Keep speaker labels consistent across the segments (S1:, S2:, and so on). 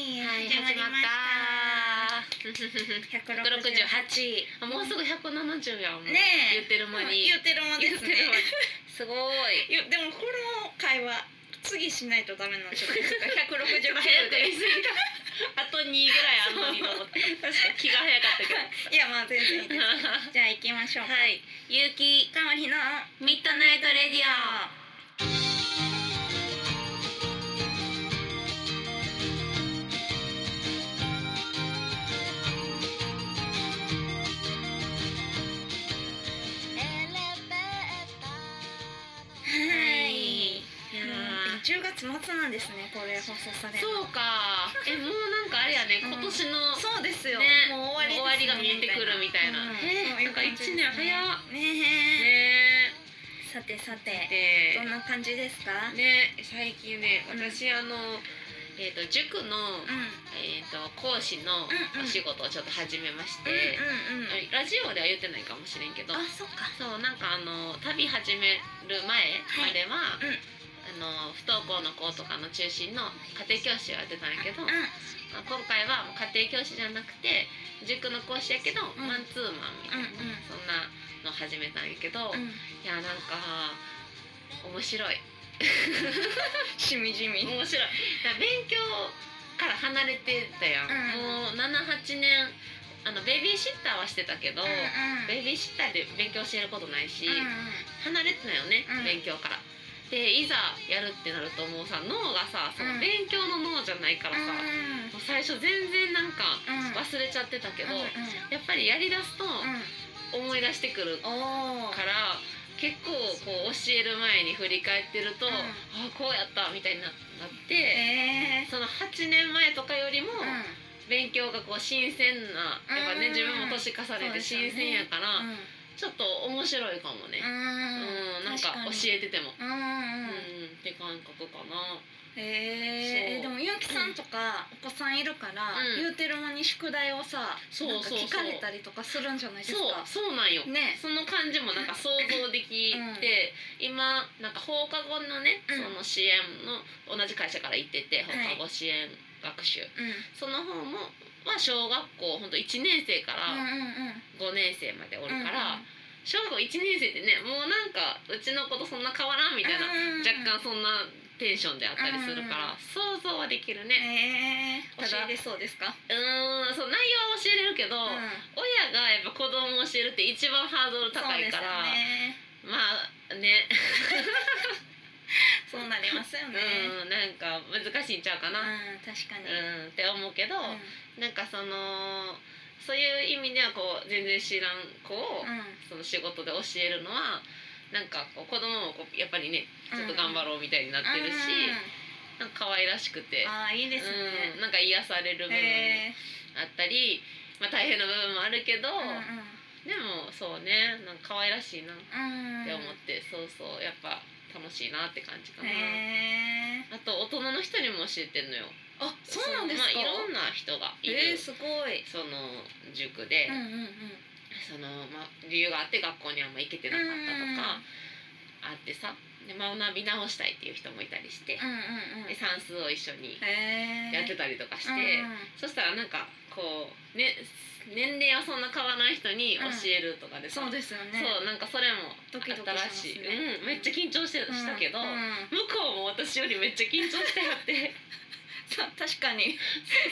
S1: 百
S2: 始まった百六十八。あもうすぐ百七十やもう。
S1: ねえ
S2: 言ってる間に。
S1: 言ってるもんです
S2: 言ってる間に
S1: ね。
S2: すごい。
S1: いやでもこの会話次しないとダメなんじゃないです か。百六十九
S2: 早く言い
S1: で。
S2: 過ぎた。あと二ぐらいあんのにと思って。気が早かったけ
S1: い
S2: ど。
S1: やまあ全然いいです。じゃあ行きましょうか。
S2: はい。ゆうき
S1: かおりの
S2: ミッドナイトレディオ。
S1: はい。
S2: いやー
S1: うん10月末なんですねこれ放送される
S2: そうか。えもうなんかあれやね。
S1: うん
S2: 今年の
S1: そうですよ、
S2: ね
S1: もう終わりですね
S2: 終わりが見えてくるみたいな
S1: うん
S2: へえ
S1: そういう感じですね
S2: なんか一年早っ
S1: ねえ
S2: ね
S1: さてさて
S2: え。で
S1: どんな感じですか、
S2: ね最近ね
S1: うん
S2: 私、あのえっ、と塾
S1: う
S2: の、
S1: ん
S2: えっ、と講師の
S1: うんうん
S2: お仕事をちょっと始めまして、
S1: うんうんうん
S2: ラジオでは言ってないかもしれんけど
S1: あそっか
S2: そうなんかあの旅始める前までは、
S1: うん
S2: あの不登校の子とかの中心の家庭教師をやってたんやけど、
S1: うん
S2: まあ今回はもう家庭教師じゃなくて塾の講師やけど、
S1: ん
S2: マンツーマンみたい
S1: う
S2: な、
S1: んうん
S2: そんなの始めたんやけど、
S1: う
S2: い
S1: ん
S2: やなんか面白い。
S1: しみじみ
S2: 面白いだから勉強から離れてたやん、もう78年あのベビーシッターはしてたけど、ベビーシッターで勉強してることないし、離れてたよね、
S1: うん
S2: 勉強から。でいざやるってなるともうさ脳がさそ
S1: うん
S2: の勉強の脳じゃないからさ、もう最初全然なんか
S1: うん
S2: 忘れちゃってたけど、
S1: うんうん
S2: やっぱりやりだすと思い出してくる
S1: うんうんおー
S2: から結構こう教える前に振り返ってると、
S1: うん
S2: ああこうやったみたいにななって。
S1: えー
S2: その8年前とかよりも
S1: うん
S2: 勉強がこう新鮮なやっぱ
S1: うん
S2: ね自分も年重ねて新鮮やから、
S1: うん
S2: ちょっと面白いかもね、うん
S1: うん
S2: なん
S1: 確
S2: か
S1: に
S2: 教えてても、
S1: うんうんうん
S2: うんって感覚かな
S1: へ
S2: そう
S1: えでもゆうきさんとかお子さんいるから、
S2: うん
S1: 言うてる間に宿題をさ
S2: そ
S1: な
S2: う
S1: んか
S2: そうそう
S1: 聞かれたりとかするんじゃないです
S2: そう
S1: か。
S2: そうなんよ、
S1: ね
S2: その感じもなんか想像できて、今なんか放課後のね、
S1: うん
S2: その支援の同じ会社から行ってて放課後支援学習、
S1: うん
S2: その方もは小学校ほんと1年生か
S1: うんうん
S2: ら5年生までお
S1: うん
S2: る
S1: うん
S2: から、小学校1年生ってねもうなんかうちの子とそんな変わらんみたいな、
S1: うんうんうん
S2: 若干そんなテンションであったりするから、想像はできる
S1: へ
S2: ね
S1: え
S2: た
S1: 教え
S2: だ
S1: れそうですか。
S2: うーんそう内容は教えれるけど、
S1: うん
S2: 親がやっぱ子供を教えるって一番ハードル高いから、
S1: そうですよね。
S2: まあね
S1: そうなりますよね。
S2: うんなんか難しいんちゃう
S1: う
S2: かな、
S1: ん
S2: うん
S1: 確かに。
S2: って思うけど、
S1: うん
S2: なんかそのそういう意味ではこう全然知らん子を、
S1: うん
S2: その仕事で教えるのはなんかこう子供もこうやっぱりねちょっと頑張ろうみたいになってるし、なんか可愛らしくて、
S1: ああーいいです
S2: う
S1: ね
S2: ん、。なんか癒される部分も
S1: へえ
S2: あったり、まあ、大変な部分もあるけど、
S1: うんうん
S2: でもそうねなんか可愛らしい
S1: う
S2: なっ
S1: ん
S2: て思って、そうそうやっぱ楽しいなって感じかな。
S1: へえ
S2: あと大人の人にも教えてんのよ。
S1: あそうなんですか。
S2: まあ、いろんな人がい
S1: えー、
S2: る、
S1: すごい。
S2: その塾で、
S1: うんうんうん。
S2: そのまあ理由があって学校にあんま行けてなかったとか。あってさで学び直したいっていう人もいたりして、
S1: うんうんうん。
S2: で算数を一緒に
S1: へえ
S2: やってたりとかして、そしたらなんかこう、ね、年齢はそんな変わらない人に教えるとかでさ、
S1: そうですよね
S2: そうなんかそれも
S1: ドキドキし
S2: あった
S1: ま
S2: ら
S1: す
S2: しい、
S1: ね
S2: うん、めっちゃ緊張して
S1: うん
S2: したけど、
S1: うん
S2: 向こうも私よりめっちゃ緊張してはって
S1: そう確かに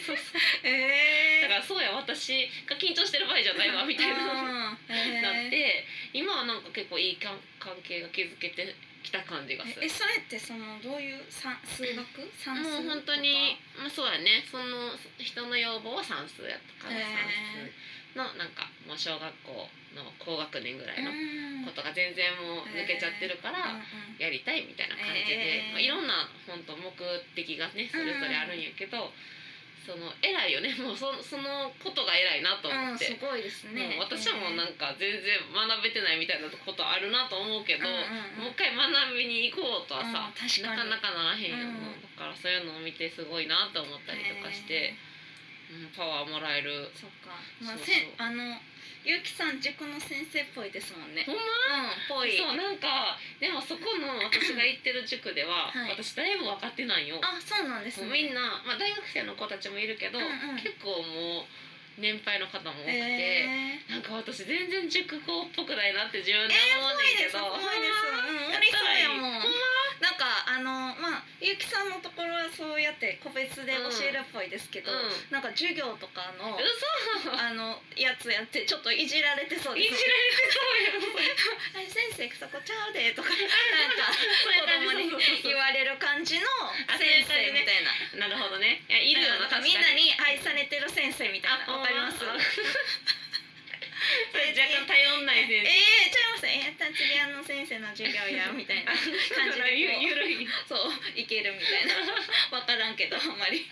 S2: そうそうそう
S1: ええ
S2: だからそうや私が緊張してる場合じゃないわみたいな。なっ
S1: え
S2: て今はなんか結構いいかん関係が築けてきた感じがする
S1: えそれってそのどういう算数学算数
S2: も
S1: とか
S2: う本当にまあそうやねその人の要望は算数やったから
S1: へー
S2: 算数のなんかもう小学校の高学年ぐら
S1: う
S2: いの
S1: ん
S2: ことが全然もう抜けちゃってるか
S1: うん
S2: ら
S1: うん
S2: やりたいみたいな感じ
S1: へ
S2: で、
S1: ー
S2: まあ、いろんな本当目的がねそれぞれあるんやけど、その偉いよね もうそそのことが偉いなと思
S1: うん
S2: っ
S1: す
S2: て。
S1: ごいですね
S2: もう私はもうなんんか全然学べてないみたいなことあるなと思うけど、
S1: うんうん
S2: もう一回学びに行こうとはさ、
S1: うん確か
S2: な
S1: に
S2: かなかならへんよ、
S1: うん
S2: だからそういうのを見てすごいなと思ったりとかして、うん、パワーもらえる
S1: そっかまあ
S2: そうそう
S1: せんあのゆうきさん塾の先生っぽいですもんね
S2: ほんま
S1: うんぽい
S2: そうなんかでもさそこの私が行ってる塾では、
S1: はい
S2: 私だいぶ分かってないよ。
S1: あそうなんです
S2: もう
S1: ね
S2: みんな、まあ、大学生の子たちもいるけど、
S1: うんうん
S2: 結構もう年配の方も多くて。
S1: え
S2: なんか私全然塾校っぽくないなって自分で思うねんけ
S1: えー
S2: ど、
S1: ぽいですぽいですうん
S2: やったらいい
S1: やりそうやもん
S2: ほん
S1: ーなんかあのまあゆうきさんのところはそうやって個別で教えるっぽいですけど、
S2: まうん
S1: なんか授業とかの
S2: 嘘
S1: あのやつやってちょっといじられてそう
S2: い
S1: で
S2: じられ
S1: す
S2: てそう
S1: あ
S2: やん
S1: れ先生そこちゃうで とかなんか子供に言われる感じの
S2: あ
S1: 先生みたいな。
S2: なるほどねいやいるよ
S1: なん
S2: な
S1: か
S2: 確か
S1: みんな
S2: に
S1: に愛されてる先生みたいなわかります。
S2: あほんまそれ若干頼んな
S1: ええ
S2: い
S1: ー、ちゃい
S2: 先
S1: ます。
S2: 生
S1: えー、次あの先生の授業やみたいな感じでこう
S2: ゆゆるい
S1: そういけるみたいなわからんけどあんま り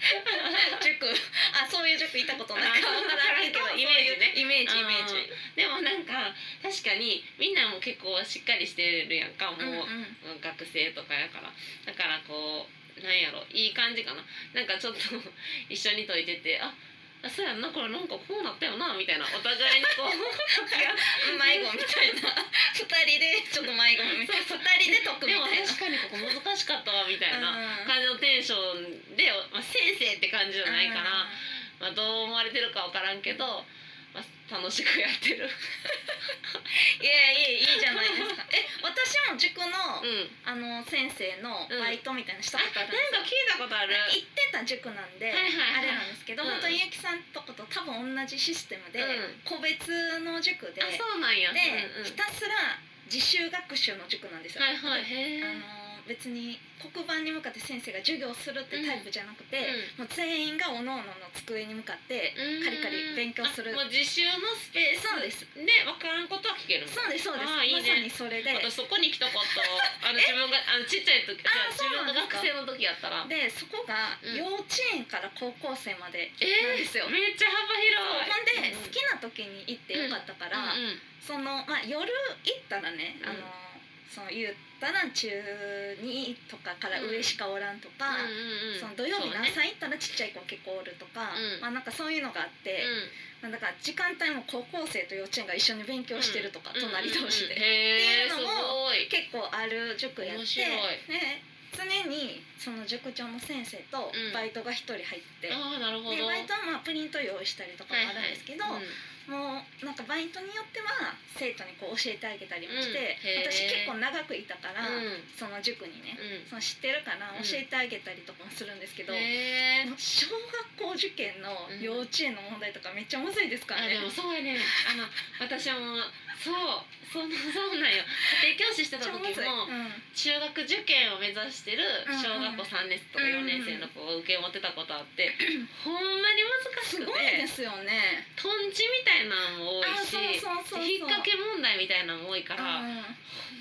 S1: 塾あそういう塾行ったことないからわからんけど
S2: あーイメージね
S1: そういうイメージイメージ
S2: でもなんか確かにみんなも結構しっかりしてるやんかもう、
S1: うんうん
S2: 学生とかやからだからこうなんやろいい感じかななんかちょっと 一緒に解いててああそうやんなこれなんかこうなったよなみたいなお互いにこう
S1: 迷子みたい な二人でちょっと迷子みたいな二人で解くみ
S2: でも
S1: たいな
S2: 確かにここ難しかったわみたいな
S1: うん
S2: 感じのテンションで、まあ、先生って感じじゃないから、まあ、どう思われてるか分からんけど、まあ、楽しくやってる。
S1: いやいやいいじゃないですかえ私も塾の、
S2: うん
S1: あの先生のバイトみたいなのした
S2: あ
S1: ことあ
S2: なんか聞
S1: るん
S2: い
S1: ですよ
S2: たことある。
S1: 行ってた塾なんで、
S2: はい
S1: あ
S2: はいはい
S1: れなんですけど、
S2: うん
S1: 本当にゆきさんとこと多分同じシステムで、
S2: うん
S1: 個別の塾で
S2: あそうなんや。
S1: で、
S2: うんうん
S1: ひたすら自習学習の塾なんですよ。
S2: はいはいへえ。
S1: あの別に黒板に向かって先生が授業するってタイプじゃなくて、もう全員がおのおのの机に向かって、
S2: うん
S1: カリカリ勉強する
S2: あもう自習のスペース
S1: そうです
S2: で分からんことは聞けるもん。
S1: そうですそうです
S2: あーいい
S1: まさに
S2: ね
S1: それで
S2: 私そこに来た ことあの自分があのちっちゃい時
S1: あー
S2: 自分が
S1: そうなんですか
S2: 学生の時やったら
S1: でそこが
S2: うん
S1: 幼稚園から高校生まで、
S2: え
S1: なんですよ
S2: めっちゃ幅
S1: ほんで、
S2: 広い
S1: 好きな時に行ってよかったから、
S2: うんうん
S1: そのまあ夜行ったらね、
S2: うん
S1: あのその言ったら中2とかから上しかおらんとか、
S2: うんうんうん
S1: その土曜日の
S2: そうね
S1: 朝行ったらちっちゃい子結構おるとか、
S2: うん
S1: まあなんかそういうのがあって、まあだから時間帯も高校生と幼稚園が一緒に勉強してるとか、
S2: うん
S1: 隣同士で、
S2: うんうんへえ
S1: って
S2: す
S1: いうの
S2: ごい
S1: 結構ある塾やって
S2: 面白い
S1: ね常にその塾長の先生と
S2: うん
S1: バイトが一人入って、
S2: ああなるほど
S1: でバイトはまあプリント用意したりとかもあるんですけど、
S2: はいはいうん
S1: もうなんかバイトによっては生徒にこう教えてあげたりもして、
S2: うんへー
S1: 私結構長くいたから、
S2: うん
S1: その塾にね、
S2: うん
S1: その知ってるから
S2: うん
S1: 教えてあげたりとかもするんですけど、
S2: へえ
S1: 小学校受験の幼稚園の問題とかめっちゃむずいですから
S2: あ
S1: ね。
S2: でもそうやねあの私もそうそのそうなんよ家庭教師してた時
S1: めっちゃ
S2: も
S1: むずいうん
S2: 中学受験を目指してる
S1: うん
S2: 小学校3年とか4年生の子を受け持ってたことあ って、ほんまに難し
S1: す
S2: く
S1: ごいで
S2: て
S1: すよね。
S2: とんちみたいなのも多いし
S1: あそうそうそうそう
S2: 引っ掛け問題みたいなのも多いか
S1: うん
S2: ら、ほん
S1: わ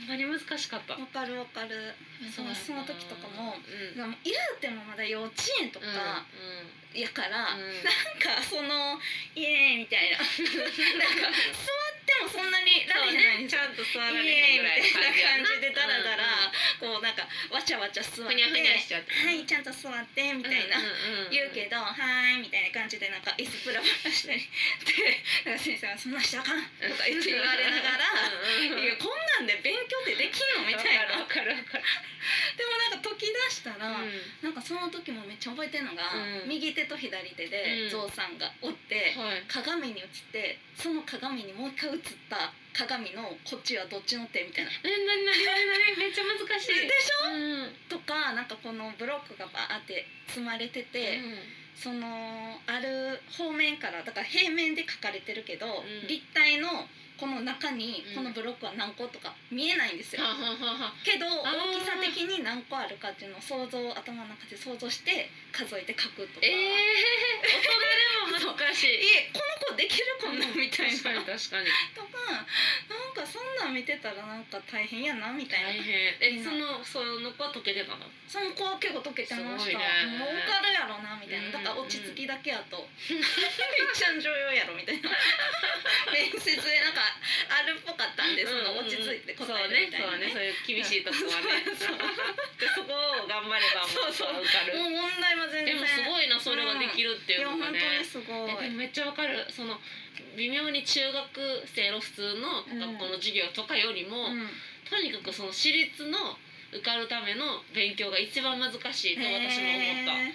S2: まに難しかった。
S1: かるわかる。そのその時とかも
S2: う。ん
S1: でも言うてもまだ幼稚園 とか
S2: う
S1: やから、
S2: んうん
S1: なんかそのイエーイみたいななんか座ってもそんなにら
S2: そう
S1: れないんです
S2: ねち
S1: よ
S2: ゃんと座られ
S1: イエーイ
S2: へんぐ
S1: み
S2: らいの
S1: たいな感じでダ
S2: や
S1: ラダラ
S2: な
S1: こうなんかわちゃわちゃ座っ
S2: うんうん
S1: て
S2: ふにゃふにゃしちゃって、
S1: はいちゃんと座ってみたいな、
S2: うんうんうん
S1: 言うけど「はーい」みたいな感じでなんか椅子プラプラしたりでなんか先生は「そんなしたらあかん」とか言って言われながら。い
S2: うんうんうん
S1: やこんなんで勉強ってできんのみたいなでも
S2: わかるわかる
S1: なんか解き出した
S2: わ
S1: ら、
S2: かる、
S1: なんかその時もめっちゃ覚えてるのが、
S2: うん
S1: 右手と左手
S2: う
S1: で
S2: ん
S1: ゾウさんがおって、
S2: はい
S1: 鏡に映ってその鏡にもう一回映った鏡のこっちはどっちの手みたいな。
S2: え、なになになになに、めっちゃ難し
S1: で
S2: い。
S1: しょ
S2: うん。
S1: とかなんかこのブロックがバーって積まれてて、そのある方面からだから平面で書かれてるけど、
S2: ん
S1: 立体のこの中に
S2: うん
S1: このブロックは何個とか見えないんです
S2: うん、
S1: よ。
S2: はははは。
S1: けど
S2: あ
S1: 大
S2: ー
S1: きさ的に何個あるかっていうのを想像を頭の中で想像して数えて書くとか。
S2: ええ大人でも難しい。
S1: えこの子できるこんなんみたい
S2: 確か
S1: な
S2: に、確かに。
S1: とかなんかそんなん見てたらなんか大変やなみた
S2: 大
S1: いな
S2: 変。え、その、その子は溶けてたの。
S1: その子は結構解けてまし
S2: すごい
S1: た、
S2: ね
S1: もう受かるやろなみたいなだから落ち着きだけやと、めっちゃ重要やろみたい な面接でなんかあるっぽかったんでその落ち着いて答えるみたい
S2: そう
S1: な、
S2: ね、そうね、そういう厳しいとこはね。
S1: そう
S2: で、そこを頑張れば、もう、受かる。
S1: もう問題は全
S2: で
S1: 然
S2: も、すごいな、それができるって
S1: い
S2: い
S1: や
S2: う
S1: 本
S2: の
S1: 当
S2: が
S1: に
S2: ね。
S1: すご
S2: えでも
S1: い
S2: めっちゃわかるその微妙に中学生の普通の学校の授業とかよりも、
S1: うん
S2: とにかくその私立の受かるための勉強が一番難しいと私も思った。
S1: へー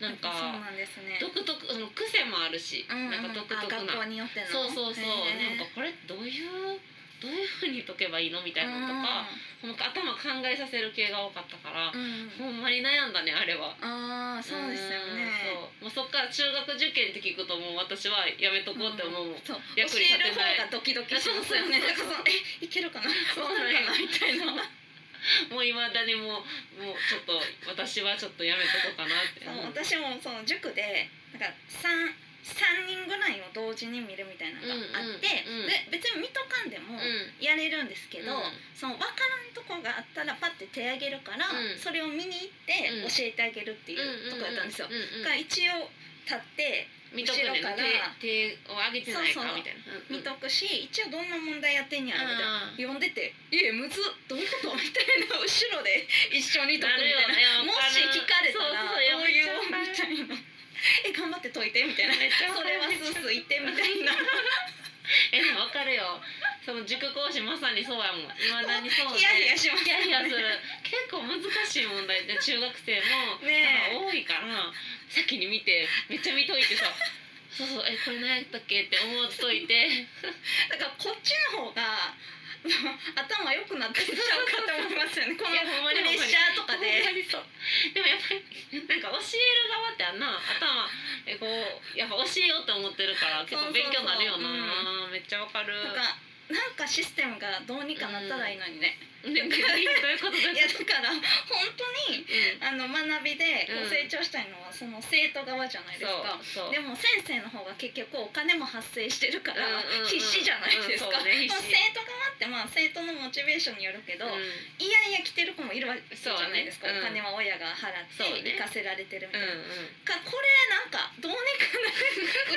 S2: なんか
S1: そうなんですね
S2: 独特その癖もあるし、
S1: うんうん
S2: なんか独特
S1: あ学校
S2: な。
S1: によっての
S2: そうそうそ
S1: へ
S2: う、
S1: ー
S2: なんかこれどういうどういう風に解けばいいのみたいなのとか、なんか頭考えさせる系が多かったから、
S1: うんうん
S2: ほんまに悩んだねあれは。
S1: ああそうですよね
S2: うん。そう、もうそっから中学受験って聞くともう私はやめとこうって思うもん。
S1: そう教
S2: 役に立
S1: え
S2: てない
S1: る方がドキドキしますよね
S2: そ
S1: な
S2: う
S1: んか
S2: そうそう
S1: そのえいけるかな
S2: そう
S1: わかるかなみたいな
S2: もう未だにもうもうちょっと私はちょっとやめとこうかなって
S1: そう
S2: 思う。
S1: 私もその塾でなんか三三人ぐらいを同時に見るみたいなのがあって、
S2: うんうんうん
S1: で別に見とかんでも
S2: うん
S1: やれるんですけど、
S2: うん
S1: その分からんとこがあったらパッて手あげるから、
S2: うん
S1: それを見に行って
S2: うん
S1: 教えてあげるっていうとこやったんですよ。だから一応立って
S2: 見とくね
S1: 後ろから
S2: 手手を上げてない
S1: そう
S2: か
S1: そう
S2: みたいな。うん
S1: 見とくし、一応どんな問題やってんやろみたいな。
S2: うん
S1: 読んでて「いえむずっどういうこと?」みたいな後ろで一緒に解くみたいな
S2: なるよね
S1: も
S2: わか
S1: し
S2: る
S1: 聞かれたら
S2: そうそう
S1: どういうみ
S2: やめち
S1: た
S2: ゃう
S1: いな「え頑張って解いて」みたいな
S2: めっちゃ
S1: そ
S2: わか
S1: れ
S2: る
S1: はスースーいてみたいな
S2: えでもわかるよその塾講師まさにそうやもんいまだにそう
S1: ヒヤヒヤします
S2: ヒヤヒヤする結構難しい問題で中学生も
S1: ねえ
S2: なんか多いから先に見てめっちゃ見といてさそうそうえこれ何やったっけって思っといて
S1: だからこっちの方が頭良くなってきちゃうかと思いますよねこの
S2: いやほんまに
S1: プレッシャーとか
S2: ほんま
S1: で。
S2: にそうでもやっぱりなんか教える側ってあんな頭えこうやっぱ教えようと思ってるから結構勉強になるよなめっちゃわかる
S1: なんかなんかシステムがどうにかなったらいいのにね、
S2: ねどういうことだ
S1: いやだから本当に
S2: う
S1: あの学びでこ
S2: うん
S1: う成長したいのはその生徒側じゃないですか、
S2: んそうそう
S1: でも先生の方が結局お金も発生してるから
S2: うんうんうん
S1: 必死じゃないですか、
S2: うんそうね
S1: まあ
S2: 必
S1: 生
S2: 死
S1: 徒側ってまあ生徒のモチベーションによるけど、
S2: うん
S1: いやいや来てる子もいるわけじゃないですか、
S2: そう
S1: お金
S2: ね
S1: は親が払って
S2: そう
S1: 行
S2: ね
S1: かせられてるみたい
S2: う
S1: な、
S2: んうん
S1: かこれなんかどうにかな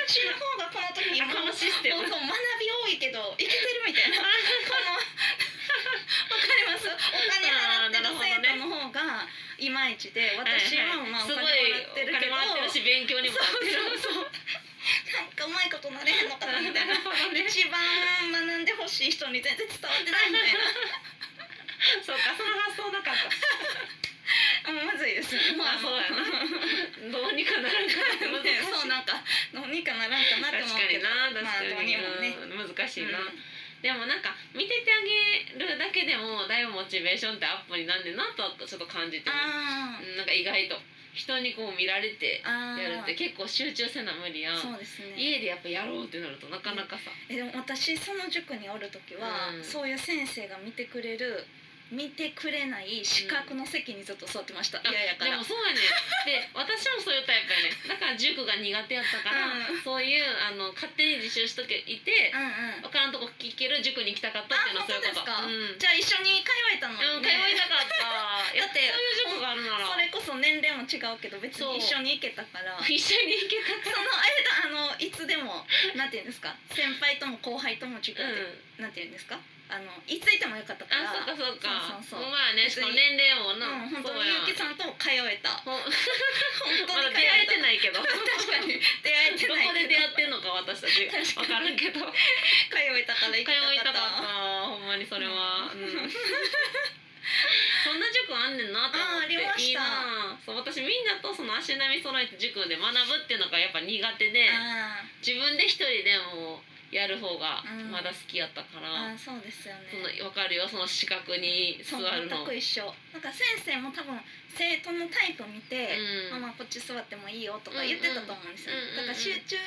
S1: るうちの方がこの時
S2: あこのシステム
S1: もうそう学び多いけどいけてるみたいな このわかりますお金払ってる生徒の方がいまいちで私はまあお
S2: すごい
S1: 金もらってるけど
S2: お金もらってるし勉強にもなってる
S1: そうそうそうなんかうまいことなれへんのかなみたい な
S2: なるほどね
S1: 一番学んでほしい人に全然伝わってないみたいな
S2: そうかその発想なかった
S1: もうまずいです
S2: まあそう やなどうにかなるか
S1: ね
S2: 難しい
S1: そうなんかどうにかならんかなって
S2: 確
S1: 思う
S2: か
S1: け
S2: に
S1: ど
S2: な確
S1: まあ
S2: か
S1: どうに
S2: に
S1: もね、
S2: うん難しいな、
S1: うん
S2: でもなんか見ててあげるだけでもだいぶモチベーションってアップになんねんなとはちょっと感じてる
S1: あ
S2: うんなんか意外と人にこう見られて
S1: ーあー
S2: やるって結構集中せな無理やん
S1: そうですね
S2: 家でやっぱやろうってなるとなかなかさ、
S1: えでも私その塾におる時は、
S2: うん
S1: そういう先生が見てくれる見てくれない資格の席にずっと座ってました、
S2: あ
S1: 嫌やか
S2: で
S1: ら
S2: もそうやねんで私もそういうタイプやねんだから塾が苦手やったから、
S1: うん
S2: そういうあの勝手に自習しとけいて
S1: うんうん
S2: 分からんとこ聞ける塾に行きたかったっていうのはそういうこと
S1: あ
S2: うん、
S1: じゃあ一緒に通えたの
S2: うん
S1: に
S2: 通い
S1: ね、
S2: たかった いや
S1: だって
S2: そういう塾があるなら
S1: それこそ年齢も違うけど別
S2: そう
S1: に一緒に行けた からそ
S2: 一緒に行けた
S1: の間あのいつでもなんていうんですか先輩とも後輩とも塾
S2: う
S1: で、
S2: ん
S1: なんていうんですかあのいついてもよかったか
S2: あ
S1: ら
S2: そうかそうか
S1: そうそうそう
S2: ほんまやねしかも年齢もな、
S1: うん、本
S2: そ
S1: 当
S2: う
S1: に
S2: や
S1: ゆうきさんとも通えた
S2: ほん
S1: 本当
S2: まだ
S1: に
S2: 出
S1: 通
S2: 会
S1: え
S2: えて
S1: た
S2: ないけど
S1: 確かに出会えて
S2: ど
S1: ない
S2: こで出会ってんのか私たち
S1: 確
S2: 分
S1: かに
S2: からんけど
S1: 通えたから行
S2: 通いたかった
S1: あ
S2: ほんまにそれは、
S1: う
S2: うんんそんな塾あんねんなと思って
S1: あーありました
S2: いいなそう私みんなとその足並み揃えて塾で学ぶっていうのがやっぱ苦手で自分で一人でもやる方が
S1: うん
S2: まだ好きやったか
S1: あ
S2: ら、
S1: ーそうですよ
S2: その
S1: ね
S2: 分かるよその資格に座
S1: そう
S2: る
S1: 全
S2: の。
S1: く一緒なんか先生も多分生徒のタイプ見て、
S2: う
S1: マ
S2: ん
S1: マこっち座ってもいいよとか言ってたと思うんですよ、
S2: うんうん
S1: だから集中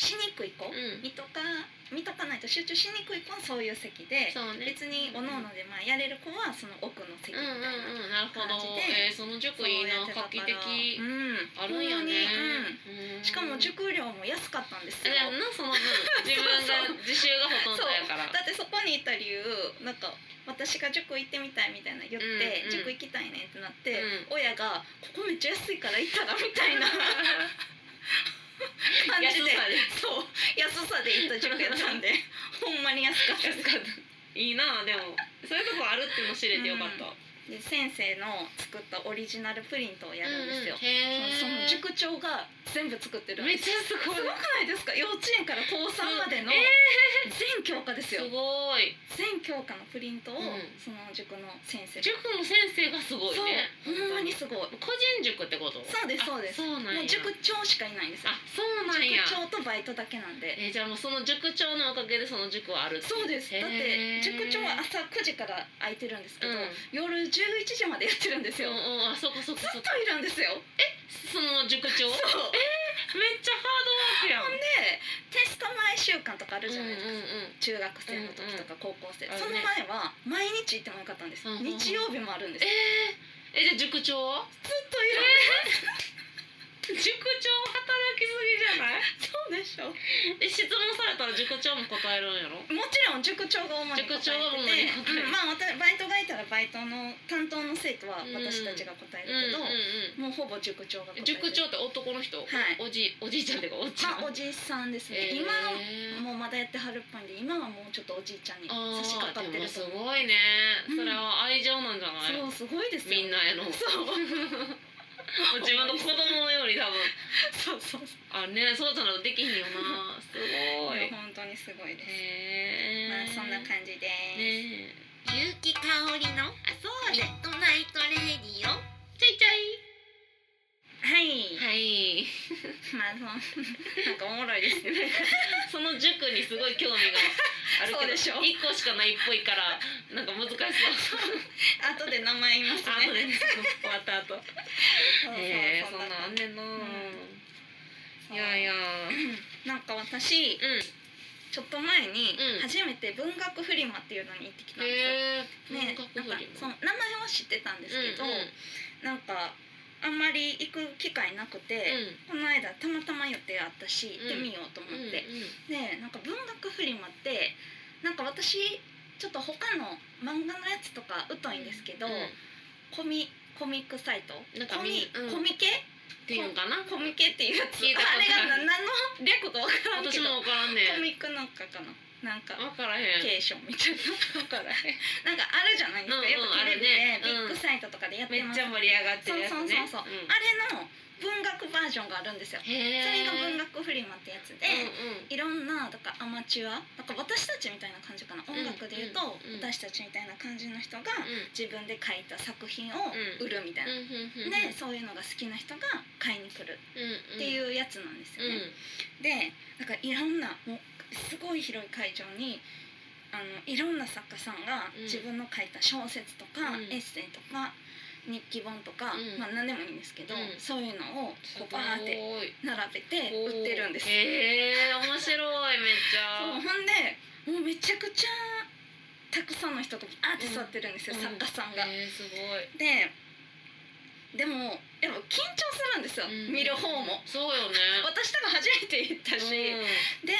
S1: しにくい子、
S2: うん
S1: 見とか見とかないと集中しにくい子はそういう席で、
S2: そうね
S1: 別におのおのでまあやれる子はその奥の席み
S2: う
S1: た
S2: んう
S1: い
S2: ん
S1: な、
S2: うんなるほど
S1: 感じで
S2: えー、その
S1: そ
S2: 塾
S1: う
S2: いい
S1: や
S2: な
S1: ってた
S2: 画
S1: から
S2: 期的
S1: うん、
S2: あるんや
S1: ほんまに
S2: ね、うん
S1: しかも塾料も安かったんです
S2: え
S1: よ
S2: でもなその分自分が自習がほとんどやから
S1: だってそこにいた理由なんか私が塾行ってみたいみたいな言って、塾
S2: うんうん
S1: 行きたいねってなって、
S2: う
S1: 親が「ここめっちゃ安いから行ったら」みたいな感
S2: 安
S1: じで
S2: さで
S1: そう安さで行った塾やったんでほんまに安かった
S2: 安かったいいなでもそういうとこあるっても知れてよかった、
S1: で先生の作ったオリジナルプリントをやるんですよ、その
S2: へ
S1: 塾長が全部作ってるん
S2: えめ
S1: で
S2: っ
S1: す
S2: ちゃすご
S1: すごく
S2: い
S1: ないですか幼稚園から高3までの
S2: え
S1: 全教科です
S2: す
S1: よ
S2: ごい
S1: 全教科のプリントを
S2: うん
S1: その塾の先生
S2: 塾の先生がすごい
S1: そう
S2: ね
S1: ほんまにすごいも
S2: 個人塾ってこと
S1: そうです
S2: あ
S1: そうです
S2: そうなんや
S1: う塾長しかいないんですよ
S2: あそうなんや
S1: 塾長とバイトだけなんで
S2: えーじゃあもうその塾長のおかげでその塾はあるってい
S1: そうですだって
S2: へー
S1: 塾長は朝9時から空いてるんですけど、
S2: うん
S1: 夜11時までやってるんですよ、
S2: うん
S1: ずっ
S2: うんあそっかそっかそっ
S1: と
S2: か
S1: いるんですよ
S2: その塾長めっ
S1: そうで
S2: ちゃハードワークやん
S1: テスト前週間とかあるじゃないですか、
S2: うんうん
S1: 中学生の時とか高校生、
S2: うんうん
S1: その前は毎日行ってもよかったんです、
S2: うんうんうん
S1: 日曜日もあるんです
S2: え
S1: ずっ
S2: ー、えじゃあ塾長は
S1: といる、
S2: 塾長働きすぎじゃない
S1: そうでしょ
S2: え質問されたら塾長も答えるんやろ
S1: もちろん塾長が主に答
S2: 塾長が主
S1: え
S2: に
S1: て
S2: 答
S1: て、
S2: え
S1: うん
S2: る
S1: まあ私バイトがいたらバイトの担当の生徒は私たちが答え
S2: うん
S1: るけど、
S2: うん
S1: もうほぼ塾長が答え
S2: うん
S1: る
S2: 塾長って男の
S1: は
S2: 人、
S1: い
S2: おじおじいちゃんっていうかおっちゃ
S1: ま
S2: ん、
S1: あおじさんですね、
S2: えー
S1: 今はもうまだやってはるっぽいんで今はもうちょっとおじいちゃんに差し掛かって
S2: あーでも
S1: る
S2: す
S1: と思う
S2: ごいね、
S1: うん
S2: それは愛情なんじゃない
S1: そうすごいですよ
S2: みんなへの
S1: そう
S2: もう自分の子供より多分
S1: そうそうそう
S2: あねそうじゃないとできひんよなすご
S1: い
S2: い
S1: や本当にすごいです、
S2: へえ
S1: まあそんな感じです、
S2: ねえ
S3: ゆうきかおりの
S2: あそう
S3: ミ
S2: ね
S3: ッドナイトレディオ
S2: ちょいちょ
S1: はい
S2: いはい
S1: まあそのなんかおもろいですね。
S2: その塾にすごい興味があるけど
S1: そうでしょ
S2: 一個しかないっぽいからなんか難し そう
S1: 後で名前言います
S2: あと
S1: ね。
S2: でね終わった後
S1: そうそう
S2: へえ
S1: そ
S2: そ
S1: うん
S2: なんあんねんな、
S1: そう
S2: いやいや
S1: なんか私
S2: うん
S1: ちょっと前に
S2: うん
S1: 初めて文学フリマっていうのに行ってきたんですよ。
S2: へえ
S1: ね、なんかそう名前は知ってたんですけど、
S2: うんうん
S1: なんかあんまり行く機会なくて、この間たまたま予定あったし行ってみようと思
S2: うんうん
S1: って、でなんか文学フリマってなんか私ちょっと他の漫画のやつとか疎いんですけど、
S2: うん
S1: コミコミックサイト
S2: なんか
S1: コミ、
S2: みうん
S1: コミケ
S2: っていうんかな
S1: コミケっていうやつ
S2: 聞いたこ
S1: あ
S2: と
S1: れがな
S2: ある
S1: 何の略か分からんけ
S2: 私
S1: ど
S2: も分からん
S1: コ
S2: ね
S1: ミックなんかかななんか
S2: 分からへん
S1: ケーションみたいな
S2: からへん
S1: なんかあるじゃないですか、
S2: うんうん
S1: よくテレビで
S2: あるねう
S1: ビッ
S2: ん
S1: グサイトとかでやって
S2: めっ
S1: ます、
S2: ちゃ盛り上がってるやつね
S1: そうそうそうそ
S2: うん
S1: あれの文学バージョンがあるんですよ、
S2: へえ
S1: それが文学フリマってやつで、
S2: うんうん
S1: いろんなだからアマチュアだから私たちみたいな感じかな音楽でいうと、
S2: うんうんうん
S1: 私たちみたいな感じの人が
S2: うん
S1: 自分で書いた作品を売るみたいな、
S2: うん
S1: でそういうのが好きな人が買いに来る
S2: っ
S1: って
S2: う
S1: いうやつなんですよね。でだからいろんなもうすごい広い会場にあのいろんな作家さんが
S2: うん
S1: 自分の書いた小説とか、
S2: うん
S1: エッセイとか日記本とか、
S2: うん
S1: まあ、何でもいいんですけど、
S2: うん
S1: そういうのをこうバーって並べて
S2: ごい
S1: 売ってるんです。
S2: へえ面白いめっち
S1: そう
S2: ゃ
S1: ほんでもうめちゃくちゃたくさんの人がバーって座ってるんですよ、
S2: うん
S1: 作家さんが。
S2: へえすごい
S1: ででもやっぱ緊張するんですよ、
S2: うん
S1: 見る方も。
S2: そう よね
S1: 私とか初めて行ったし、
S2: う
S1: で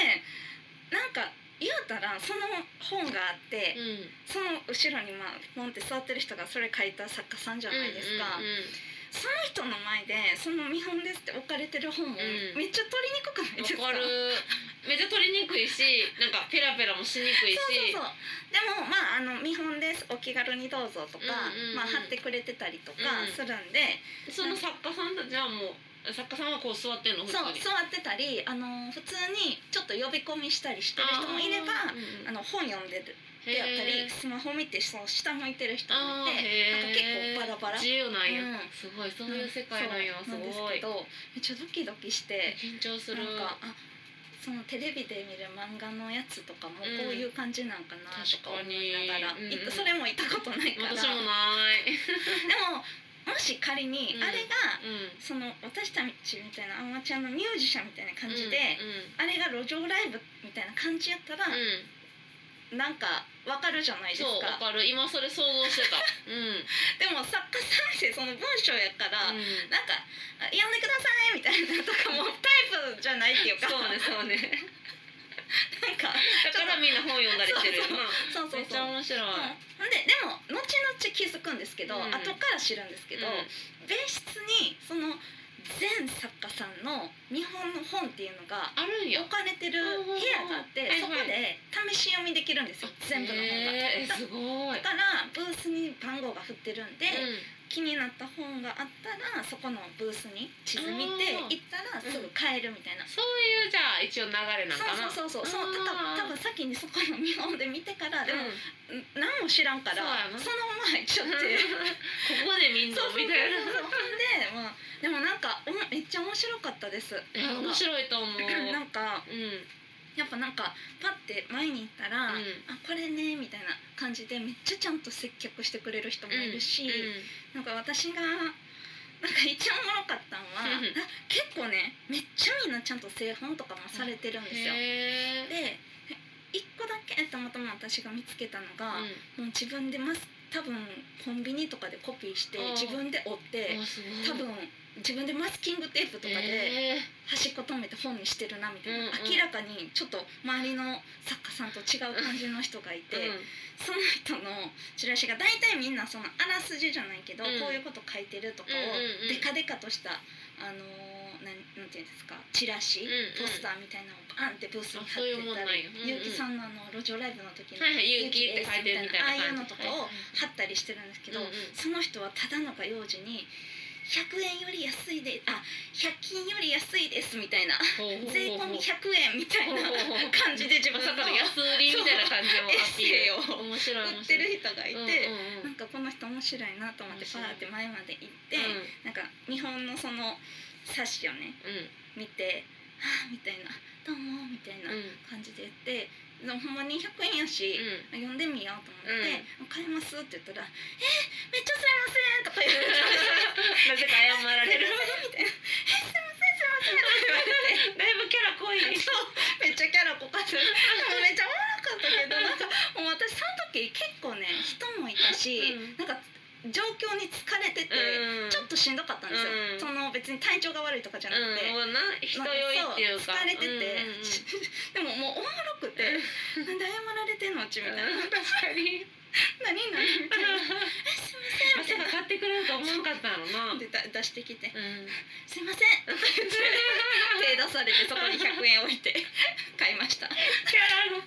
S1: なんか言うたらその本があって、
S2: んうん
S1: その後ろにまあポンって座ってる人がそれ書いた作家さんじゃないですか、
S2: うんうんうん
S1: その人の前でその「見本です」って置かれてる本も
S2: ん
S1: めっちゃ取りにくくないですか,、
S2: わかる めっちゃ取りにくいしなんかペラペラもしにくいし
S1: そうそうそうでもまああの「見本ですお気軽にどうぞ」とか、
S2: うんうんうん
S1: まあ、貼ってくれてたりとか
S2: うん
S1: するんで、
S2: その作家さんたちはもう作家さんはこう座ってんの普通
S1: そう
S2: に
S1: 座ってたりあの普通にちょっと呼び込みしたりしてる人もいれば
S2: あーうんうん
S1: あの本読んでるでやった
S2: へ
S1: り
S2: ー
S1: スマホ見てその下向いてる人も
S2: あ
S1: い
S2: ー
S1: てなんか
S2: へー
S1: 結構バラバラ
S2: 自由なんや、
S1: うん
S2: すごいそういう世界なんや、
S1: そう
S2: す
S1: なん
S2: ご
S1: ですけ
S2: い
S1: どめっちゃドキドキして
S2: 緊張す
S1: なん
S2: る
S1: かあそのテレビで見る漫画のやつとかもこ
S2: うん
S1: ういう感じなんかなとか思いながら、
S2: 確か
S1: 行っ
S2: にうんうん
S1: それも行ったことないから
S2: 私もない、
S1: でももし仮に
S2: うん
S1: あれが、
S2: うん、
S1: その私たちみたいなアマチュアのミュージシャンみたいな感じで、
S2: う
S1: あれが路上ライブみたいな感じやったら、
S2: んうんうん、
S1: なんかわかるじゃないです
S2: そうわ
S1: か
S2: かる今それ想像してたうん
S1: でも作家さんってその文章やから、
S2: うん
S1: なんか「あやんでください」みたいなとかもタイプじゃないっていうか
S2: そうねそうね
S1: なんか
S2: だからみんな本読んだりしてるよな
S1: そうそうそう
S2: めっちゃ面白い、
S1: うんほんででも後々気づくんですけど、
S2: うん
S1: 後から知るんですけど、
S2: うん
S1: 別室にその全全作家さんの日本の本っていうのが
S2: あるんや
S1: 置かれてる部屋があって
S2: うんうんう
S1: そこ
S2: ん
S1: で試し読みできるんですよ全部の本が。
S2: えー、すごい
S1: だからブースに番号が振ってるんで、
S2: うん
S1: 気になった本があったらそこのブースに地図見て
S2: あ
S1: 行
S2: ー
S1: ったらすぐ買えるみたいな。
S2: そういうじゃあ一応流れなんかな
S1: そうそうそうそうそうた
S2: あー
S1: 多分先にそこの日本で見てからで
S2: うん
S1: も、ん何も知らんから
S2: そうやな
S1: そのまま入っちゃっ
S2: こ
S1: て。
S2: こでみんな
S1: そうそうそうそう
S2: み
S1: で
S2: たいな
S1: まあでもなんかおもめっちゃ面白かったです。
S2: いや面白いと思う
S1: なんか
S2: うんうん
S1: やっぱなんかパって前に行ったら、あこれねみたいな感じでめっちゃちゃんと接客してくれる人もいるし、なんか私がなんか一番おもろかったのはあ結構ねめっちゃみんなちゃんと製本とかもされてるん
S2: うん
S1: ですよ。
S2: へー
S1: で一個だけたまたま私が見つけたのが、もう自分でます多分コンビニとかでコピーして
S2: あー
S1: 自分で折って
S2: うんあすごい
S1: 多分自分でマスキングテープとかで
S2: え
S1: 端っこ止めて本にしてるなみたいな、
S2: うんうん
S1: 明らかにちょっと周りの作家さんと違う感じの人がい
S2: ー
S1: て、その人のチラシが大体みんなそのあらすじじゃないけど、
S2: うん
S1: こういうこと書いてるとか
S2: うんうんう
S1: を
S2: ん
S1: デカデカとした、あのーなんなんていうんですかチラシ、
S2: うんうん
S1: ポスターみたいなのをバンってブースに貼って
S2: あそういうもん
S1: た
S2: なん
S1: り
S2: やうんうん
S1: 結城さんのあの路上ライブの時の
S2: はいはい勇気って書いてるみたいな感じ
S1: ああいうのとかを
S2: はい
S1: 貼ったりしてるんですけど、
S2: うんうん
S1: その人はただのが用事に100円より安いであ100均より安いですみたいな
S2: ほうほうほうほ
S1: 税込
S2: う
S1: み100円みたいな
S2: ほうほうほう
S1: 感じで自分
S2: まさ
S1: の
S2: かの安売りみたいな感じもアピー ル
S1: そうエッセイを
S2: 面白い
S1: 売
S2: 面
S1: って
S2: 白い
S1: る人がいて、
S2: うんうんう
S1: なんんかこの人面白いなと思ってパーって前まで行って、
S2: うん
S1: なんか日本のその冊子をね見て「はあ」みたいな「どうも」みたいな
S2: うんうん
S1: 感じで言ってでもほんまに100円やし、読んでみようと思って「買います」って言ったら「えー、めっちゃすいません」とか言われて
S2: なぜか謝ら
S1: 「す
S2: れ
S1: い
S2: る
S1: ません」みたいな「えー、すいませんすいません」とか言われて。
S2: だいぶキャラ濃いね
S1: そうめっちゃキャラ濃かったでもめっちゃおもろかったけどなんかもう私その時結構ね人もいたし、
S2: うん
S1: なんか状況に疲れてて、
S2: うん
S1: ちょっとしんどかったんですよ、
S2: うん
S1: その別に体調が悪いとかじゃなくて、
S2: うんもうな人酔いっていうか
S1: 疲れてて、
S2: うんうんうん
S1: でももうおもろくて「なんで謝られてんのうち」みたいな
S2: うん確かに
S1: 「何何?」みたいな「
S2: まさか買ってくれると思わんかったのな
S1: でだ出してきて
S2: うん
S1: 「すいません」とか言 って手出されてそこに100円置い て買いました。
S2: キャラの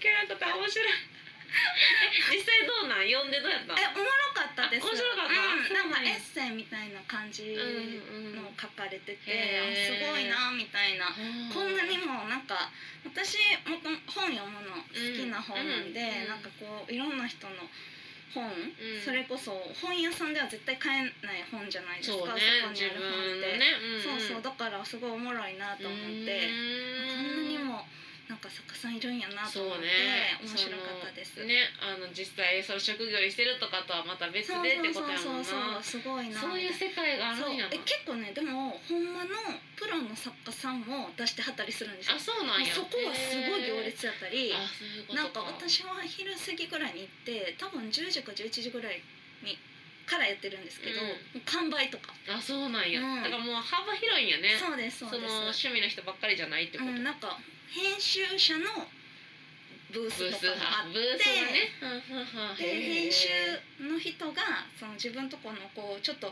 S2: キャラとか面白いえ実際どうなん呼んでどうやった
S1: えおもろかったです
S2: あ面白かった
S1: うん、なんか
S2: そうなん
S1: エッ
S2: や
S1: セイみたいな感じ
S2: うんうん
S1: の書かれてて、
S2: へー
S1: あすごいなみたいな、
S2: うん
S1: こんなにもなんか私もと本読むの好きな本なんで、
S2: うん
S1: な
S2: うん
S1: んかこういろんな人の本、
S2: ん
S1: それこそ本屋さんでは絶対買えない本じゃないです
S2: そう
S1: か
S2: ね
S1: こに
S2: 自
S1: ある本
S2: 分
S1: っ
S2: の
S1: て、
S2: ね
S1: そうそうだからすごいおもろいなと思って、こんなにもなんか作家さんいるんやなと思っ
S2: そう
S1: て、
S2: ね
S1: 面白かったです
S2: そ。のねあの実際その職業にしてるとかとはまた別で
S1: そう
S2: ってことやもんな
S1: そうそうそうすごいな
S2: そういう世界があ
S1: そう
S2: る
S1: え
S2: んやな
S1: 結構ねでもほんまのプロの作家さんも出してはったりするんですよ
S2: あそうなんや
S1: そこはすごい行
S2: へ
S1: 列やったり
S2: ーあそういうこと
S1: なんか私は昼過ぎぐらいに行って多分10時か11時ぐらいにからやってるんですけど、
S2: うん
S1: もう完売とか、
S2: あそうなんや、
S1: うん
S2: だからもう幅広いんやね
S1: そうですそう
S2: その
S1: です
S2: 趣味の人ばっかりじゃないって
S1: う
S2: こと、
S1: ん、なんか編集者のブー
S2: ブー
S1: スと
S2: ス
S1: かもあっ
S2: だブースだねうんうんうん
S1: で
S2: へ
S1: 編
S2: ー
S1: 集の人がその自分とこのこうちょっと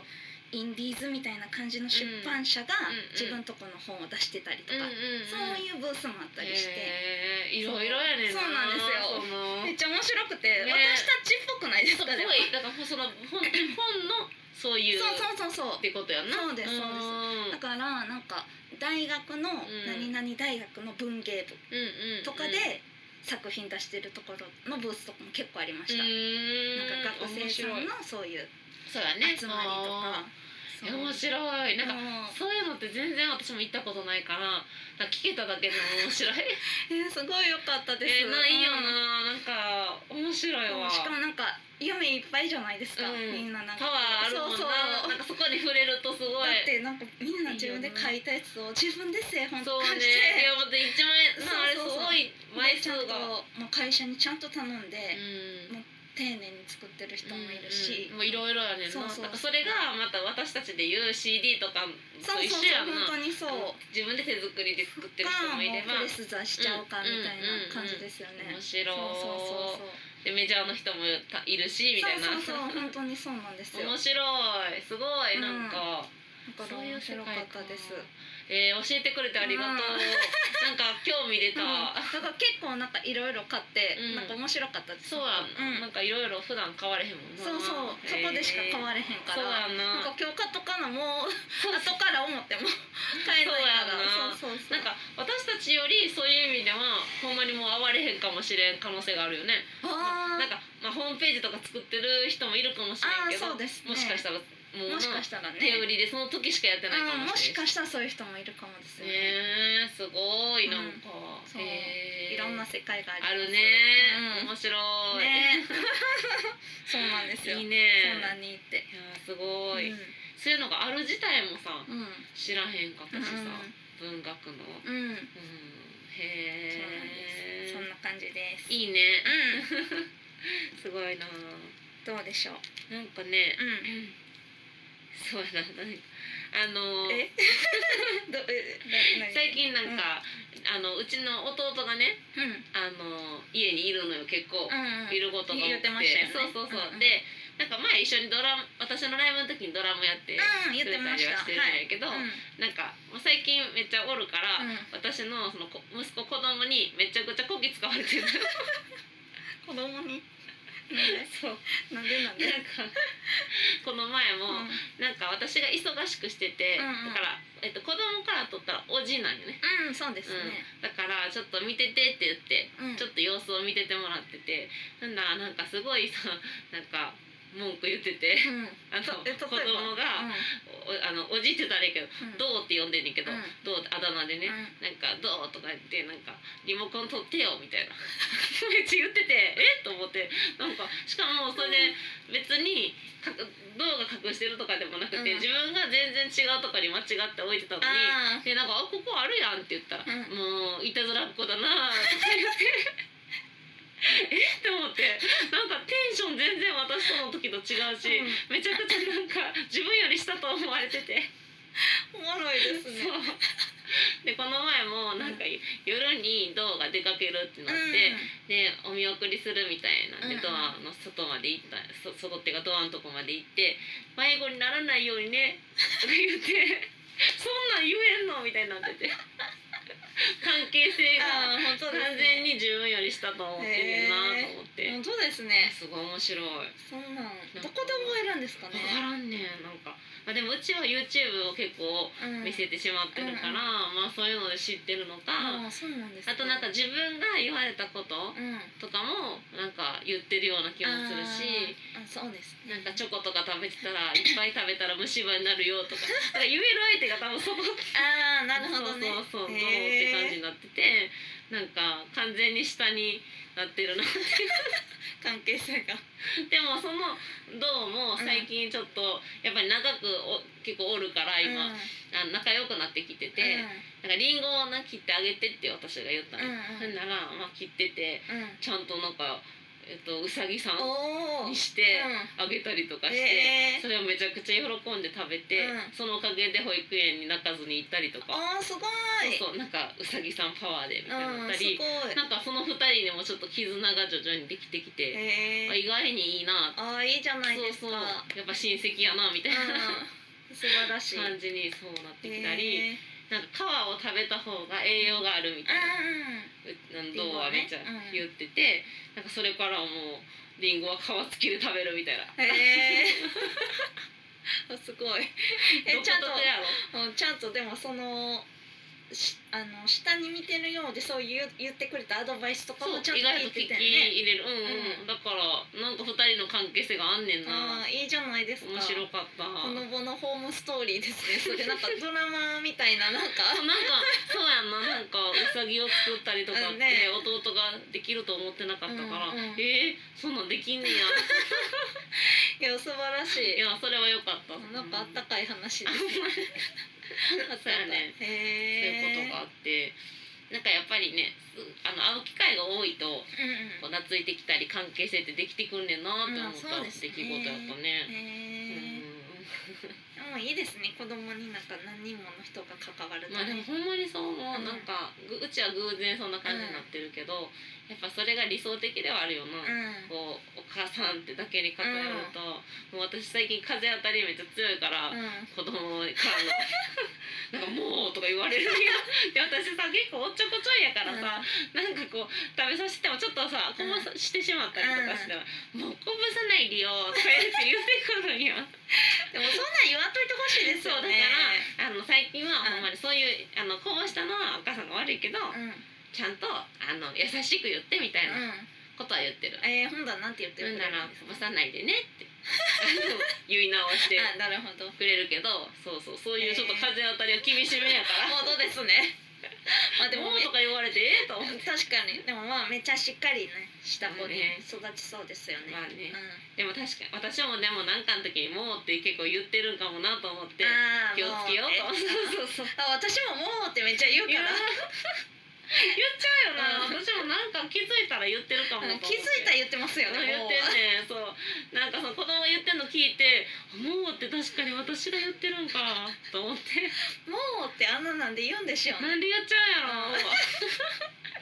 S1: インディーズみたいな感じの出版社が
S2: うんうん
S1: 自分とこの本を出してたりと
S2: うん
S1: か、
S2: うん
S1: そう
S2: うん、
S1: いうブースもあったりして、
S2: へーいろいろやねん
S1: そうなんですよ
S2: その
S1: めっちゃ面白くて、
S2: ね
S1: 私たちっぽくないです
S2: そう
S1: か
S2: す
S1: でも
S2: ごいだからその本本のそういう
S1: そうそうそうそう
S2: ってことやんな
S1: そうですそうです
S2: ん
S1: だからなんか大学の
S2: ん
S1: 何々大学の文芸部
S2: うんうんうん
S1: とかで作品出してるところのブースとかも結構ありま
S2: う
S1: した、
S2: ーん
S1: なんか学生さんのそういう
S2: そうやね
S1: 集まりとか、
S2: あー面白いなんか
S1: か
S2: そういうのって全然私も行ったことないからなんか聞けただけでも面白い
S1: えー、すごい良か ったです。
S2: えー、ないよ
S1: うん
S2: ななんか面白いわ
S1: しかもなんか夢いっぱいじゃないですか、
S2: うん
S1: みんななんか
S2: パワーあるもんな
S1: そうそう
S2: なんかそこに触れるとすご
S1: だ
S2: い
S1: ってなんかみんな自分で書いたやつを自分で製本
S2: そ
S1: と
S2: う
S1: かして
S2: ねいやまた一万円なあれす
S1: そうそうそう
S2: ごい枚
S1: でち
S2: 数
S1: ゃんと
S2: が
S1: もう会社にちゃんと頼んで、
S2: うん
S1: 丁寧に作ってる人もいるし、
S2: うんうんもういろいろやねんな
S1: そうそう
S2: だからそれがまた私たちで言う CD とか
S1: そ
S2: と
S1: う
S2: 一
S1: そうそう
S2: 緒やんな
S1: 本当にそう、
S2: 自分で手作りで作ってる
S1: か
S2: 人
S1: も
S2: も
S1: う
S2: いれば
S1: プレス座しちゃおうかみたいな感じですよね、
S2: 面白
S1: そう
S2: い
S1: そうそうそう
S2: でメジャーの人もたいるしみたいな
S1: そうそうそう本当にそうなんですよ
S2: 面白いすごいなんか、
S1: だから面白かったです
S2: そういう世界かえー、教えてくれてありがとう、
S1: うん
S2: なんか興味出
S1: う
S2: た、
S1: ん、だから結構なんかいろいろ買って、
S2: うん
S1: なんか面白かったです
S2: そうや
S1: うん
S2: ん、なんかいろいろ普段買われへんもんな
S1: そうそうそこでしか買われへんか
S2: そう
S1: ら、
S2: やんな
S1: なんか今日買っとかなもう
S2: そう
S1: 後から思って も買えないから
S2: そ
S1: そうそうそう
S2: なんか私たちよりそういう意味ではほんまにもう会われへんかもしれん可能性があるよね
S1: あー
S2: なんか、まあ、ホームページとか作ってる人もいるかもしれんけ
S1: あー
S2: ど
S1: そうですね
S2: もしかしたらもう
S1: もしか
S2: な
S1: したらね
S2: 手売りでその時しかやってないか
S1: うん、
S2: も
S1: も
S2: し
S1: し
S2: れな
S1: か
S2: い
S1: したらそういう人もいるかもですよね
S2: ねえすごいなんか、
S1: んそう
S2: へえ
S1: いろんな世界があります
S2: あるね、
S1: うん
S2: 面白い、
S1: ね そうなんですよ
S2: いい
S1: そう
S2: ね
S1: なんにって
S2: いやーすごい、
S1: うん
S2: そういうのがある自体もさ
S1: うん
S2: 知らへんかったしさ、文学の、うん、
S1: うん、うん、そうなんで
S2: へえ
S1: すそんな感じです
S2: いいね
S1: うん
S2: すごいな
S1: どうでしょう
S2: なんかね、
S1: うん
S2: そうやななんかあのー
S1: え どえな何
S2: 最近なんか、あのうちの弟がね
S1: うん
S2: あのー家にいるのよ結構、
S1: うんうん
S2: いることが多くて
S1: 言ってましたよね
S2: そうそうそう、
S1: うんうん
S2: でなんか前一緒にドラム私のライブの時にドラムやって
S1: うん言ってました
S2: くれたりはしてるんやけど
S1: はいうん
S2: なんかもう最近めっちゃおるから、
S1: うん
S2: 私のその子息子子供にめちゃくちゃこき使わ れてる
S1: 子供になんで
S2: そう
S1: なんでなんで
S2: なんかこの前
S1: う
S2: も、
S1: ん
S2: なんか私が忙しくしてて、
S1: うんうん
S2: だから、えっと、子供から取ったらおじなんよね、
S1: うんそうで
S2: う
S1: すね
S2: ん、だからちょっと見ててって言って、
S1: うん
S2: ちょっと様子を見ててもらっててなんだなんかすごいさなんか文句言ってて
S1: うん
S2: あの
S1: え例え
S2: 子
S1: ば
S2: 供
S1: うん
S2: が、おあのおじって言ったらいいけど
S1: うん
S2: 「どう?」って呼んでんねんけど「
S1: うん
S2: どう?」ってあだ名でね、
S1: うん
S2: なんか「どう?」とか言ってなんか「リモコン取ってよ」みたいな めっちゃ言っててえっと思ってなんかしかもそれで別にかく「どう?」が隠してるとかでもなくて、
S1: うん
S2: 自分が全然違うとこに間違って置いてたのに。
S1: あー
S2: でなんかあここあるやんって言ったら、
S1: うん
S2: もういたずらっ子だなーって 言ってえっって思ってなんかテンション全然私との時と違うし、
S1: うん
S2: めちゃくちゃなんか自分より下と思われてて
S1: おもろいです
S2: そう
S1: ね
S2: でこの前もなんか夜にドアが出かけるってなって、でお見送りするみたいなんで、
S1: うん
S2: ドアの外まで行ったそ外っていうかドアのとこまで行って「迷子にならないようにね」とか言って 「そんなん言えんの?」みたいになってて関係性
S1: ああ
S2: が
S1: 本当で
S2: 完
S1: す
S2: 全
S1: ね
S2: に自分より下と思ってるなと思って
S1: 本当ですね
S2: すごい面白い。
S1: そんなんどこで覚えるんですか
S2: わ
S1: ね
S2: からんねんなんか、まあ、でもうちは YouTube を結
S1: う
S2: 構
S1: ん
S2: 見せてしまってるから、まあそういうので知ってるのか、
S1: ああそうなんですね
S2: あとなんか自分が言われたこと
S1: うん
S2: とかもなんか言ってるような気もするし
S1: あーあそうです
S2: なんかチョコとか食べてたらいっぱい食べたら虫歯になるよ とかなんか言える相手が多分そこ
S1: ああなるほどね
S2: そうそうそうどうって感じ
S1: へ
S2: に
S1: ー
S2: なっててなんか完全に下になってるな
S1: 関係性が
S2: でもその「どう?」も最近ちょっとやっぱり長くお結構おるから今、
S1: うん
S2: あの仲良くなってきてて、なんかリンゴをな切ってあげてって私が言ったの、
S1: うんうん
S2: ほんなら、まあ、切ってて
S1: うん
S2: ちゃんとなんか、えっと、うさぎさん
S1: うんおお
S2: にして
S1: う
S2: あげたりとかして、
S1: へえ
S2: それをめちゃくちゃ喜んで食べて、
S1: うん
S2: そのおかげで保育園に泣かずに行ったりとか、
S1: ああすごい
S2: そうそうなんかうさぎさんパワーでみたいにな
S1: う
S2: っ
S1: ん
S2: た
S1: すご
S2: り、
S1: い
S2: なんかその2人にもちょっと絆が徐々にできてきて、
S1: へ
S2: あ
S1: え
S2: 意外にいいなって
S1: ああいいじゃないです
S2: そうそう
S1: か
S2: やっぱ親戚やなみたいな、
S1: うん素晴ら しい
S2: 感じにそうなってきた
S1: へ
S2: り、
S1: ー
S2: なんか皮を食べた方が栄養があるみたいな。なん
S1: リンゴ
S2: どう
S1: は
S2: は
S1: ね
S2: めっちゃ
S1: うん
S2: 言ってて、なんかそれからもうリンゴは皮付きで食べるみたいな。
S1: うんへえ あすごいえ
S2: 独
S1: ちゃんと
S2: 特やろ。
S1: うんちゃんとでもそのしあの下に見てるようでそういう言ってくれたアドバイスとか
S2: そう
S1: もちゃんと
S2: 意外
S1: 聞
S2: と
S1: いて
S2: 聞き
S1: たよね。
S2: 入れる。うんうん。だからなんか二人の関係性があんねん
S1: あ
S2: な。
S1: あいいじゃないですか。
S2: 面白かった。
S1: ほの
S2: なんか
S1: ぼのホームストーリーですね。そ れなんかドラマみたいななんか。
S2: そうやんななんかうさぎを作ったりとか
S1: う
S2: っ
S1: ん
S2: て
S1: ね
S2: 弟ができると思ってなかったから、
S1: うんうん
S2: えー、そんなんできんねや。い
S1: いや素晴らし い。
S2: やそれは良かった。
S1: なんかあった
S2: か
S1: かい話ですね。あったか
S2: そうやね
S1: い。
S2: そう
S1: へえ。
S2: いうことがあって、なんかやっぱりねすあの会う機会が多いと。こう懐いてきたり関係性ってできてくんねんなって思った
S1: うんそう
S2: 出
S1: です
S2: 来事
S1: ね
S2: やった
S1: うんうん。
S2: ね。
S1: へえ。
S2: うん
S1: でももいいですね子供になんか何人もの人が関わると
S2: まあでも
S1: ね、
S2: ほんまにそう思う、
S1: うん
S2: なんかぐうちは偶然そんな感じになってるけど、やっぱそれが理想的ではあるよ
S1: う
S2: な、
S1: ん
S2: こうお母さんってだけに偏ると、もう私最近風当たりめっちゃ強いから、
S1: うん
S2: 子供からの なんかもうとか言われるけどで私さ結構おっちょこちょいやからさ、なんかこう食べさせてもちょっとさこぼさしてしまったりとかしたら「もうこぼさないでよ」とか言って言ってくるんや。
S1: でもそんなん言わんといてほしいです
S2: そう
S1: よ
S2: だか
S1: ね
S2: らあの最近はほんまにそういう、あのこぼしたのはお母さんが悪いけど、
S1: うん
S2: ちゃんとあの優しく言ってみたいな
S1: うん
S2: ことは言ってる。
S1: えー、本だなんて言って
S2: 言う
S1: る
S2: なら
S1: です
S2: こぼさないでねって言い直し て
S1: あなるほど
S2: くれるけどそうそうそういうちょっと風当たりは厳しめやから。
S1: 本当ですね まあで
S2: でも
S1: も
S2: う
S1: め
S2: とか言われてええと思って。
S1: 確かにでもまあめっちゃしっかりねした子に
S2: ね
S1: 育ちそうですよね、
S2: まあね
S1: うん、
S2: でも確かに私もでも何かの時にもうって結構言ってるんかもなと思って
S1: あー
S2: 気をつけようと
S1: も
S2: 思
S1: う
S2: って。そうそうそう。
S1: あ私ももうってめっちゃ言う
S2: 言
S1: か
S2: う言っ
S1: ら
S2: ちゃうよな。
S1: うん
S2: 私もなんか気づいたら言ってるかもと
S1: うん
S2: 思っ
S1: 気
S2: て。
S1: づいたら言ってますよね
S2: うん言
S1: も
S2: っ
S1: う
S2: てんねんそうなんかその子供言ってんの聞いて「もう」って確かに私が言ってるんかと思って
S1: もうってあんななんで言うんでしょうね
S2: なんで言っちゃうんやろ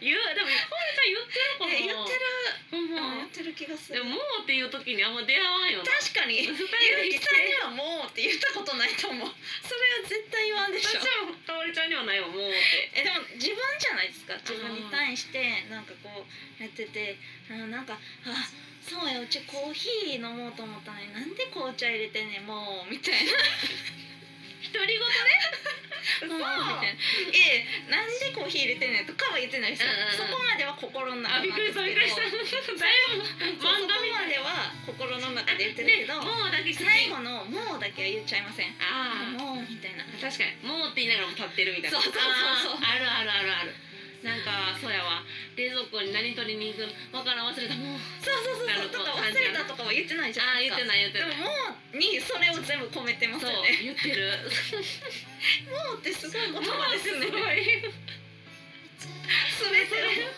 S2: 言うでもほみち
S1: え言
S2: ゃん言ってるかも
S1: ってる、
S2: ほん
S1: うん
S2: ま
S1: 言ってる気がす
S2: で
S1: る
S2: も「もう」っていう時にあんま出会わんよな
S1: 確かに
S2: 二
S1: ゆう
S2: 人で言
S1: き
S2: って
S1: さんにはもうって言ったことないと思うそれは絶対言わんでし
S2: 私
S1: ょ
S2: はかおりちゃんにはないわ「もう」って
S1: えでも自分じゃないですか自分に対してなんかこうやっててあのなんか「あそうやうちコーヒー飲もうと思ったのになんで紅茶入れてんねんもう」みたいな
S2: 独り
S1: 「
S2: 言ね
S1: も
S2: そう
S1: う」みたいな「え えなんでコーヒー入れてんねん」とかは言ってないですよ、
S2: うんうんうん
S1: そこまでは心の中
S2: あ
S1: なん
S2: びっくり
S1: です
S2: したび
S1: け
S2: っ
S1: ど
S2: くりし
S1: そ
S2: ただいぶ
S1: こ
S2: 漫画みた
S1: ま
S2: い
S1: では心の中で言ってるけ
S2: ね
S1: ど、
S2: もう」だけ聞いて
S1: 最後の「もう」だけは言っちゃいません「
S2: ああ
S1: もう」みたいな
S2: 確かに「もう」って言いながらも立ってるみたいな
S1: そうそうそうそう
S2: あーあるあるあるあるなんかそうやわ冷蔵庫に何取りに行くのわからん忘れたもう
S1: そうそうそう
S2: な
S1: そう
S2: る
S1: と
S2: ほど
S1: か忘れたとかは言ってないじゃ
S2: あ
S1: な
S2: あ
S1: いで
S2: 言
S1: す
S2: っ
S1: か
S2: てない言って
S1: で
S2: な
S1: も
S2: い
S1: もうにそれを全部込めてます
S2: そう
S1: よね。
S2: 言ってる
S1: もうってすごい言
S2: も
S1: 葉
S2: う
S1: ですね。
S2: ごい
S1: すべてを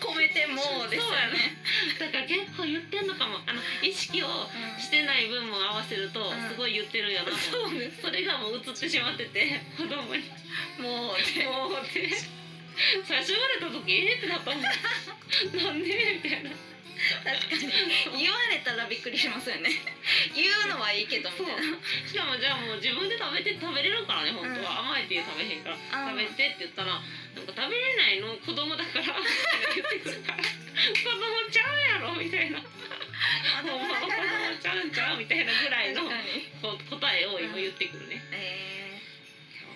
S1: 込めてもうですよね。
S2: だから結構言ってんのかもあの意識をしてない分も合わせると
S1: うん
S2: すごい言ってるよな、
S1: そうです。
S2: それがもう映ってしまってて子供に
S1: もう
S2: 「もう」って最初言われた時えーってなったもんなんでみたいな
S1: 確かに言われたらびっくりしますよね。言うのはいいけどみ
S2: そう
S1: たいな。
S2: しかもじゃあもう自分で食べて食べれるからね本当は、甘いっていう食べへんから
S1: あー
S2: 食べてって言ったらなんか食べれないの子供だからって言ってくるから子供ちゃうやろみたいな
S1: あ
S2: 子
S1: で
S2: 供
S1: も
S2: 子
S1: だか
S2: 供
S1: ら
S2: ちゃうんちゃうみたいなぐらい
S1: 確
S2: の
S1: かに。
S2: こう答えを今言ってくるね
S1: え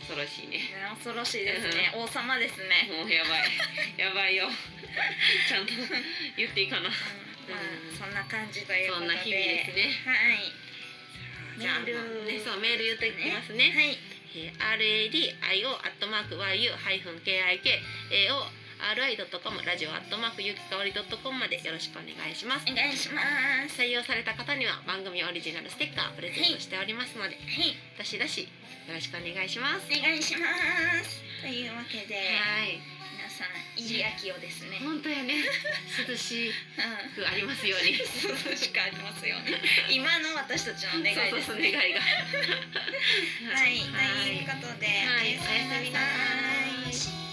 S2: 恐ろしいね
S1: ー、恐ろしいですね。王様ですね。
S2: もうやばいやばいよちゃんと言っていいか
S1: う
S2: な
S1: んまあそんな感じというこ
S2: そ
S1: と
S2: ん
S1: で。
S2: な日々ですね
S1: はい。
S2: じゃあ、
S1: メール
S2: まあね、そうメール言っていきますね
S1: はい。
S2: えー RADIO アットマーク YU-KIKAORI.com ラジオアットマークゆきかおり .com までよろしくお願いします
S1: お願いします。
S2: 採用された方には番組オリジナルステッカープレゼントしておりますので
S1: はい。
S2: どしどしよろしくお願いします
S1: お願いします。というわけで、
S2: はい
S1: 皆さんいい秋をですね。
S2: 本当やね涼し
S1: うん
S2: くありますように
S1: 涼しくありますよね。 今の私たちの願いです
S2: そうそうそう願い
S1: ね。
S2: がはい
S1: はい、
S2: は
S1: ということで、
S2: はい
S1: おやすみなさ
S2: おやすみなさ
S1: い
S2: い。